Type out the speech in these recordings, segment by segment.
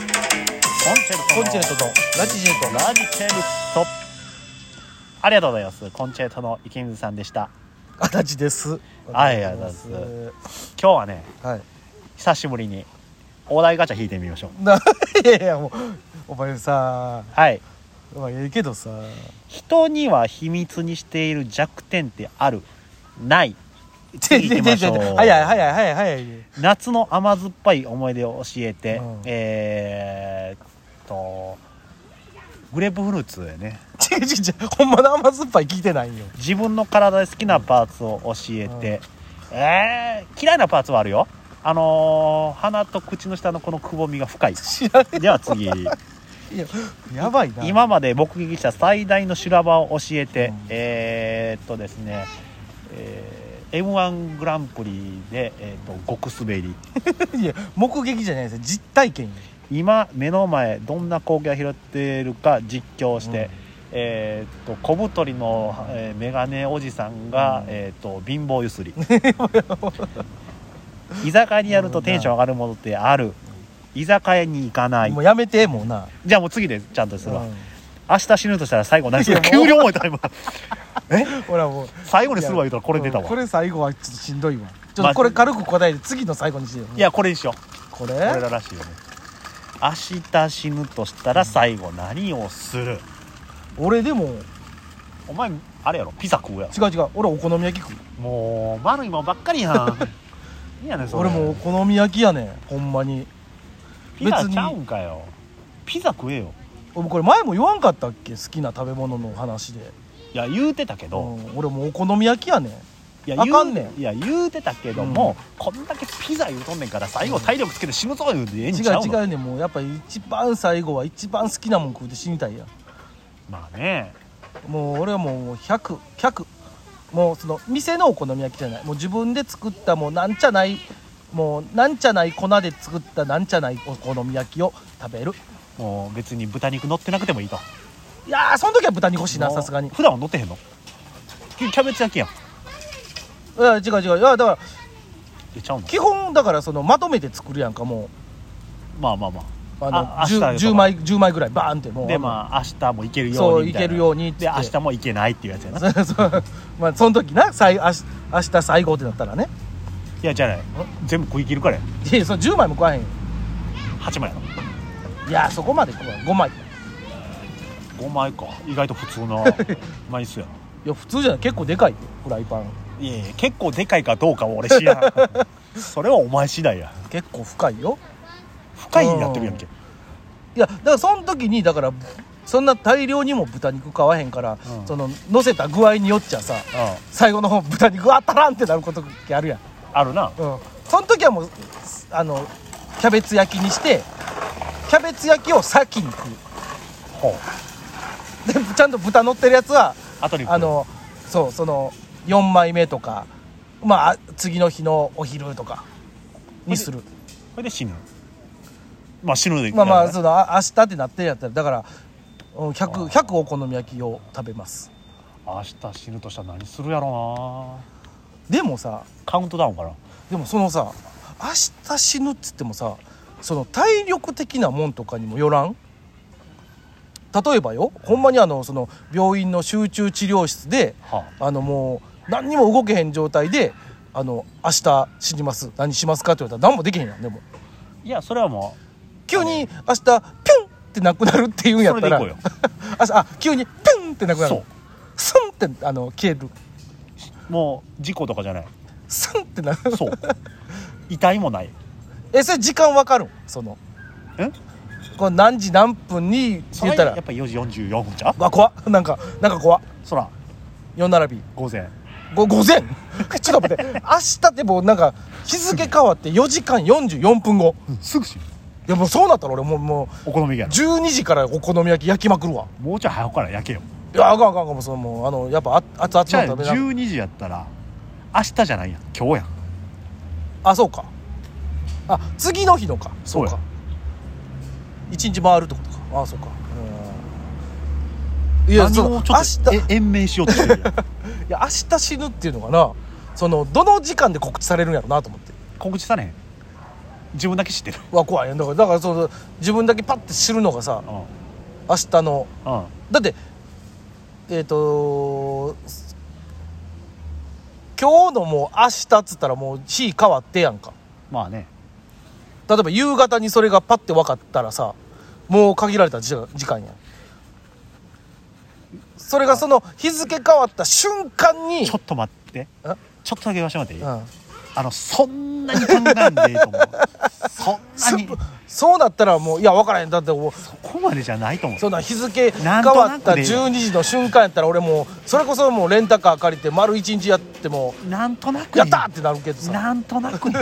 コンチェルトのコンチェルトとラチジェルトラジチェルトありがとうございますコンチェルトの池水さんでした足立ですはいありがとうござい今日はねはい久しぶりにお題ガチャ引いてみましょうないやいやもうお前さはいまあええけどさ人には秘密にしている弱点ってあるないち行きましょう早い早い早い早い夏の甘酸っぱい思い出を教えて、うんえーっとグレープフルーツやねちちちほんまの甘酸っぱい聞いてないんよ自分の体で好きなパーツを教えて、えー嫌いなパーツはあるよあのー鼻と口の下のこのくぼみが深い知らんでは 次ややばいな今まで目撃した最大の修羅場を教えて、うんえーっとですね、え m 1グランプリで、えーっと極滑りいや目撃じゃないですよ実体験よ今目の前どんな光景が拾っているか実況して、えーっと小太りの、えーメガネおじさんが、うんえーっと貧乏ゆす り居酒屋にやるとテンション上がるものってある居酒屋に行かないもうやめてもうな、じゃあもう次でちゃんとするわ、うん明日死ぬとしたら最後何するいやもう急に思えた今 えほらもう最後にするわ言うたらこれ出たうんわこれ最後はちょっとしんどいわちょまっとあこれ軽く答えて次の最後にしよういやこれにしようこれこれらしいよね明日死ぬとしたら最後何をする、俺でも違うお前あれやろピザ食うやろ違う俺お好み焼き食うもう丸いもんばっか りやんいいやねそれ俺もうお好み焼きやねんほんまにピザ別にちゃうんかよピザ食えよ俺これ前も言わんかったっけ好きな食べ物の話で、いや言うてたけうど、ん、俺もうお好み焼きやねんいやあ言うかんねんいや言うてたけども、こんだけピザ言うとんねんから最後体力つけて死ぬぞ言うてええん違ちゃううの違うねんもうやっぱ一番最後は一番好きなもん食うて死にたいやんまあねもう俺はもう100100もうその店のお好み焼きじゃないもう自分で作ったもうなんちゃないもうなんちゃない粉で作ったなんちゃないお好み焼きを食べるもう別に豚肉乗ってなくてもいいといやーその時は豚肉欲しいなもうさすがにい普段は乗ってへんのキャベツ焼きやんや違う違ういやだからえちゃうの基本だからそのまとめて作るやんかもまあまあまうあのあ明日 10, やとか枚10枚ぐらいバーンってもあうであまあ明日も行けるようにそうみいたいなけるようにっつってで明日も行けないっていうやつやな そうそうまあその時な最明日明日最後ってなったらねいやじゃない全部食い切るからやいやその10枚も食わへんよ8枚やろいやそこまで食わん5枚い5枚か意外と普通 の枚数やなや普通じゃない結構でかいよフライパンいやいや結構でかいかどうかは俺知ら んそれはお前次第や結構深いよ深いになってるやんけいやだからその時にだからそんな大量にも豚肉買わへんから、うんその乗せた具合によっちゃさうん最後の方豚肉あったらんってなることってあるやん、あるなうん、その時はもうあのキャベツ焼きにしてキャベツ焼きを先に食うほうでちゃんと豚乗ってるやつはあとにあのそうその4枚目とかまあ次の日のお昼とかにするこれで死ぬまあ死ぬでいいまあまあそそのあ明日ってなってるやったらだからうん100 100お好み焼きを食べます明日死ぬとしたら何するやろでもさうなカウントダウンかなでもそのさ明日死ぬっつってもさその体力的なもんとかにもよらん例えばよほんまにあのその病院の集中治療室ではあのもう何にも動けへん状態で「あの明日死にます何しますか?」って言われたら何もできへんやんでもあいやそれはも急に明日ピュンってなくなるっていうんやったらそれでいこ明 日あ急にピュンってなくなそうるスンってあの消えるうもう事故とかじゃないスンってなるそう 遺体もないえそれ時間わかるんそのえこれ何時何分にそ言れったやらっぱり4時44分じゃんわ怖っなんかなんか怖っそら4並び午前ご午前 ちょっと待って明日ってもうなんか日付変わって4時間44分後すぐ死ぬいやもうそうなったら俺もうもお好みう焼きや12時からお好み焼き焼きまくるわろもうちょい早くから焼けよいやあかんあかんあかんもうそのもうあのやっぱあ熱々じゃあの食べな12時やったら明日じゃないやん今日やんあそうかあ次の日のかそそううやか一日回るってことかあそうかうんいや何そをのちょっと明日え延命しようとして るやんいや明日死ぬっていうのかなそのどの時間で告知されるんやろうなと思って告知されへん自分だけ知ってるわ怖いやんだからだからその自分だけパッて知るのがさうんうん明日のあだってえっ、と今日のもう明日っつったらもう日変わってやんかまあね例えば夕方にそれがパッて分かったらさもう限られた時間時間やんそれがその日付変わった瞬間にちょっと待ってあちょっとだけ言わせてもらっていい、うんあのそんなに考えんでいいと 思うそんなにそそうなったらもういや分からへんだってもうそこまでじゃないと思うそんな日付変なんとわなったくでいい12時の瞬間やったら俺もうそれこそもうレンタカー借りて丸1日やってもなんとなくやっねたーってなるけどさなんとなくね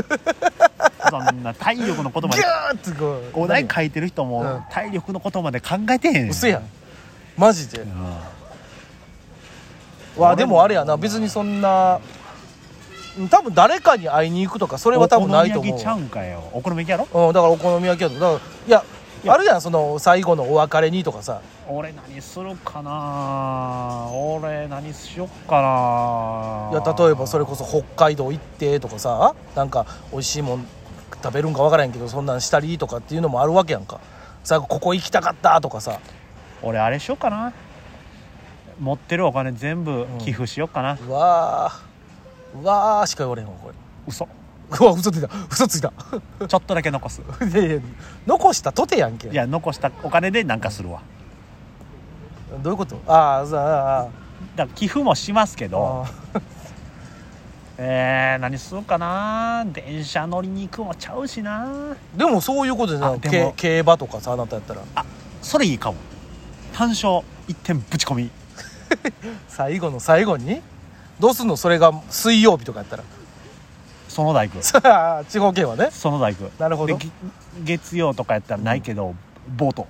そんな体力のことまギでューってこうお題書いてる人うんも体力のことまで考えてへん嘘やんマジでわあでもあれやな別にそんなうん多分誰かに会いに行くとかそこれは多分ないと思お好み焼うきちゃうんかよお好み焼きやろうん、だからお好み焼きやとだからいやいやあるじゃんその最後のお別れにとかさ俺何するかな俺何しよっかないや例えばそれこそ北海道行ってとかさなんか美味しいもん食べるんか分からへんけどそんなんしたりとかっていうのもあるわけやんかさここ行きたかったとかさ俺あれしよっかな持ってるお金全部寄付しよっかな、うわーうわーしか言われへんわこれ嘘うわ嘘ついた嘘ついたちょっとだけ残す いやいや残したとてやんけいや残したお金でなんかするわどういうことあーさああだから寄付もしますけーどあえー、何するかな電車乗りに行くもちゃうしなーでもそういうことじゃなあいでけも競馬とかさあなたやったらそれいいかも単勝一点ぶち込み最後の最後にどうすんのそれが水曜日とかやったらその大工さあ地方系はね その大工なるほどでげ月曜とかやったらないけど、ボート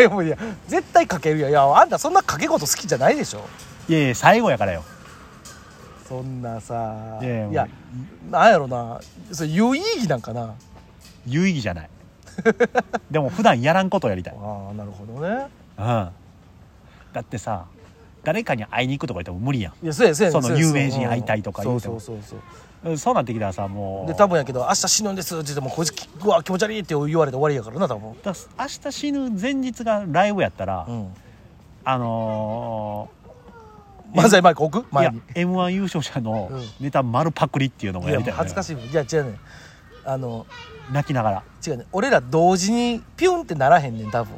いやもういや絶対かけるやんいやあんたそんなかけ事好きじゃないでしょいやいや最後やからよそんなさいやいやもうなんやろなそれ有意義なんかな有意義じゃない でも普段やらんことやりたい、うん、ああなるほどねだってさ誰かに会いに行くとか言っても無理やんいやそうやそうやそのうや有名人会いたいとかそ言ううてそもうそうそううんそうなってきたらさもうで多分やけど明日死ぬんですって言ってもこいつうわ気持ち悪いって言われて終わりやからな多分だから明日死ぬ前日がライブやったら、うんあの漫才マイク置ー、いく前やに m 1優勝者のうんネタ丸パクリっていうのもいややりたい,、恥ずかいしいじゃあ違うねんあの泣きながら違うねん俺ら同時にピュンってならへんねん多分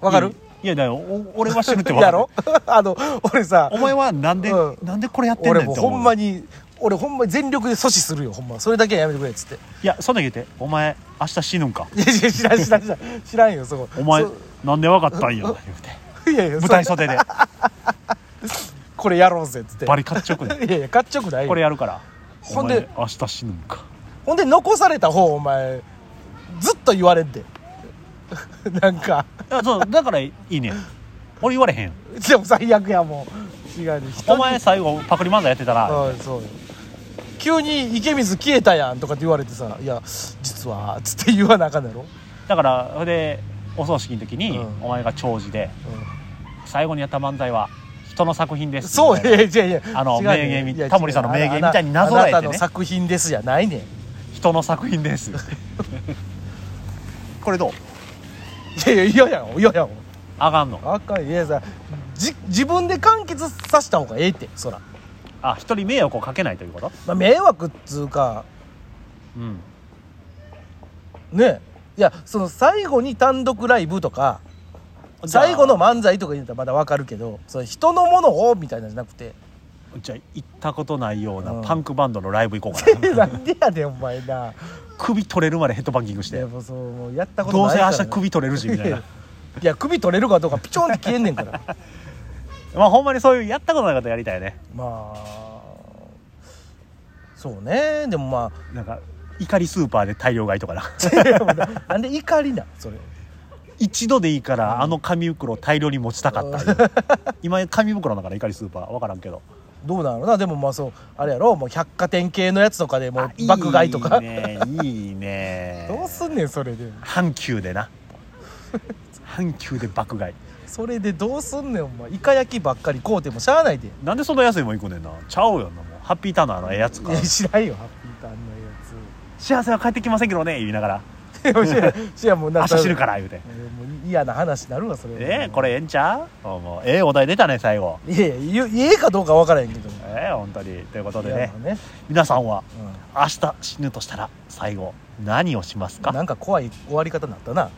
わかいるいやだよお俺は死ぬってわかやるろ あの俺さお前はなんで、うんなんでこれやってんね俺んもっうて思うほんまに俺ほんまに全力で阻止するよほんまそれだけはやめてくれっつって いやそんなん言うてお前明日死ぬんかいやいや知らん知らん知らん知らんよそこお前そなんでわかったん や言うていやいや舞台そ袖でこれやろうぜっつってバリかっちょくね いやいやかっちょくないよこれやるからほんでお前明日死ぬんかほんで残された方お前ずっと言われんで なんかあそうだからいいねん 俺言われへんでも最悪やもう違うね人おに前最後パクリ漫才やってたら、うんそうよ急に池水消えたやんとかって言われてさ「いや実は」つって言わなあかんやろ、だからそれでお葬式の時に、うんお前が長寿でう最後にやった漫才は人の作品でん、すそみういたいなやいやいやあの違うね名言みいやタモリさんの名言みたいになぞらえてねあなたの作品ですやないねん人の作品 ですこれどういやいや嫌やろ嫌やろあかんのあかんいやさじ自分で完結させた方がええってそら、あ一人迷惑をかけないということまあ、迷惑っつうかうんねいやその最後に単独ライブとかじゃあ最後の漫才とか言うたらまだわかるけどその人のものをみたいなんじゃなくて じゃあ行ったことないようなうんパンクバンドのライブ行こ うかななんでやねんお前な首取れるまでヘッドバンキングしいてやもうそうもうやったことどうないせか明らね、日首取れるしみたいな いや首取れるかどうかピチョンって消えんねんから まあほんまにそういうやったことないことやりたいねまあそうねでもまあ なんか怒りスーパーで大量買いとかな いやもうななんで怒りなんそれ一度でいいからあの紙袋を大量に持ちたかった 今紙袋だから怒りスーパーわからんけどどうなのなでもまあそうあれやろもう百貨店系のやつとかでもう爆買いとかいいねいいね どうすんねんそれで阪急でな阪急で爆買いそれでどうすんねんお前イカ焼きばっかり買うてもしゃあないでなんでそんな安いもん行くねんなちゃうよなもうハッピーターンのあのええやついかやしないよハッピーターンのやつ幸せは帰ってきませんけどね言いながらしやもう明な日死ぬから言うてもう嫌な話になるわそれはえー、これええんちゃうおうもうええお題出たね最後いやいや言えかどうか分からへんけどええ本当にということで嫌ねなね皆さんはうん明日死ぬとしたら最後何をしますかなんか怖い終わり方になったな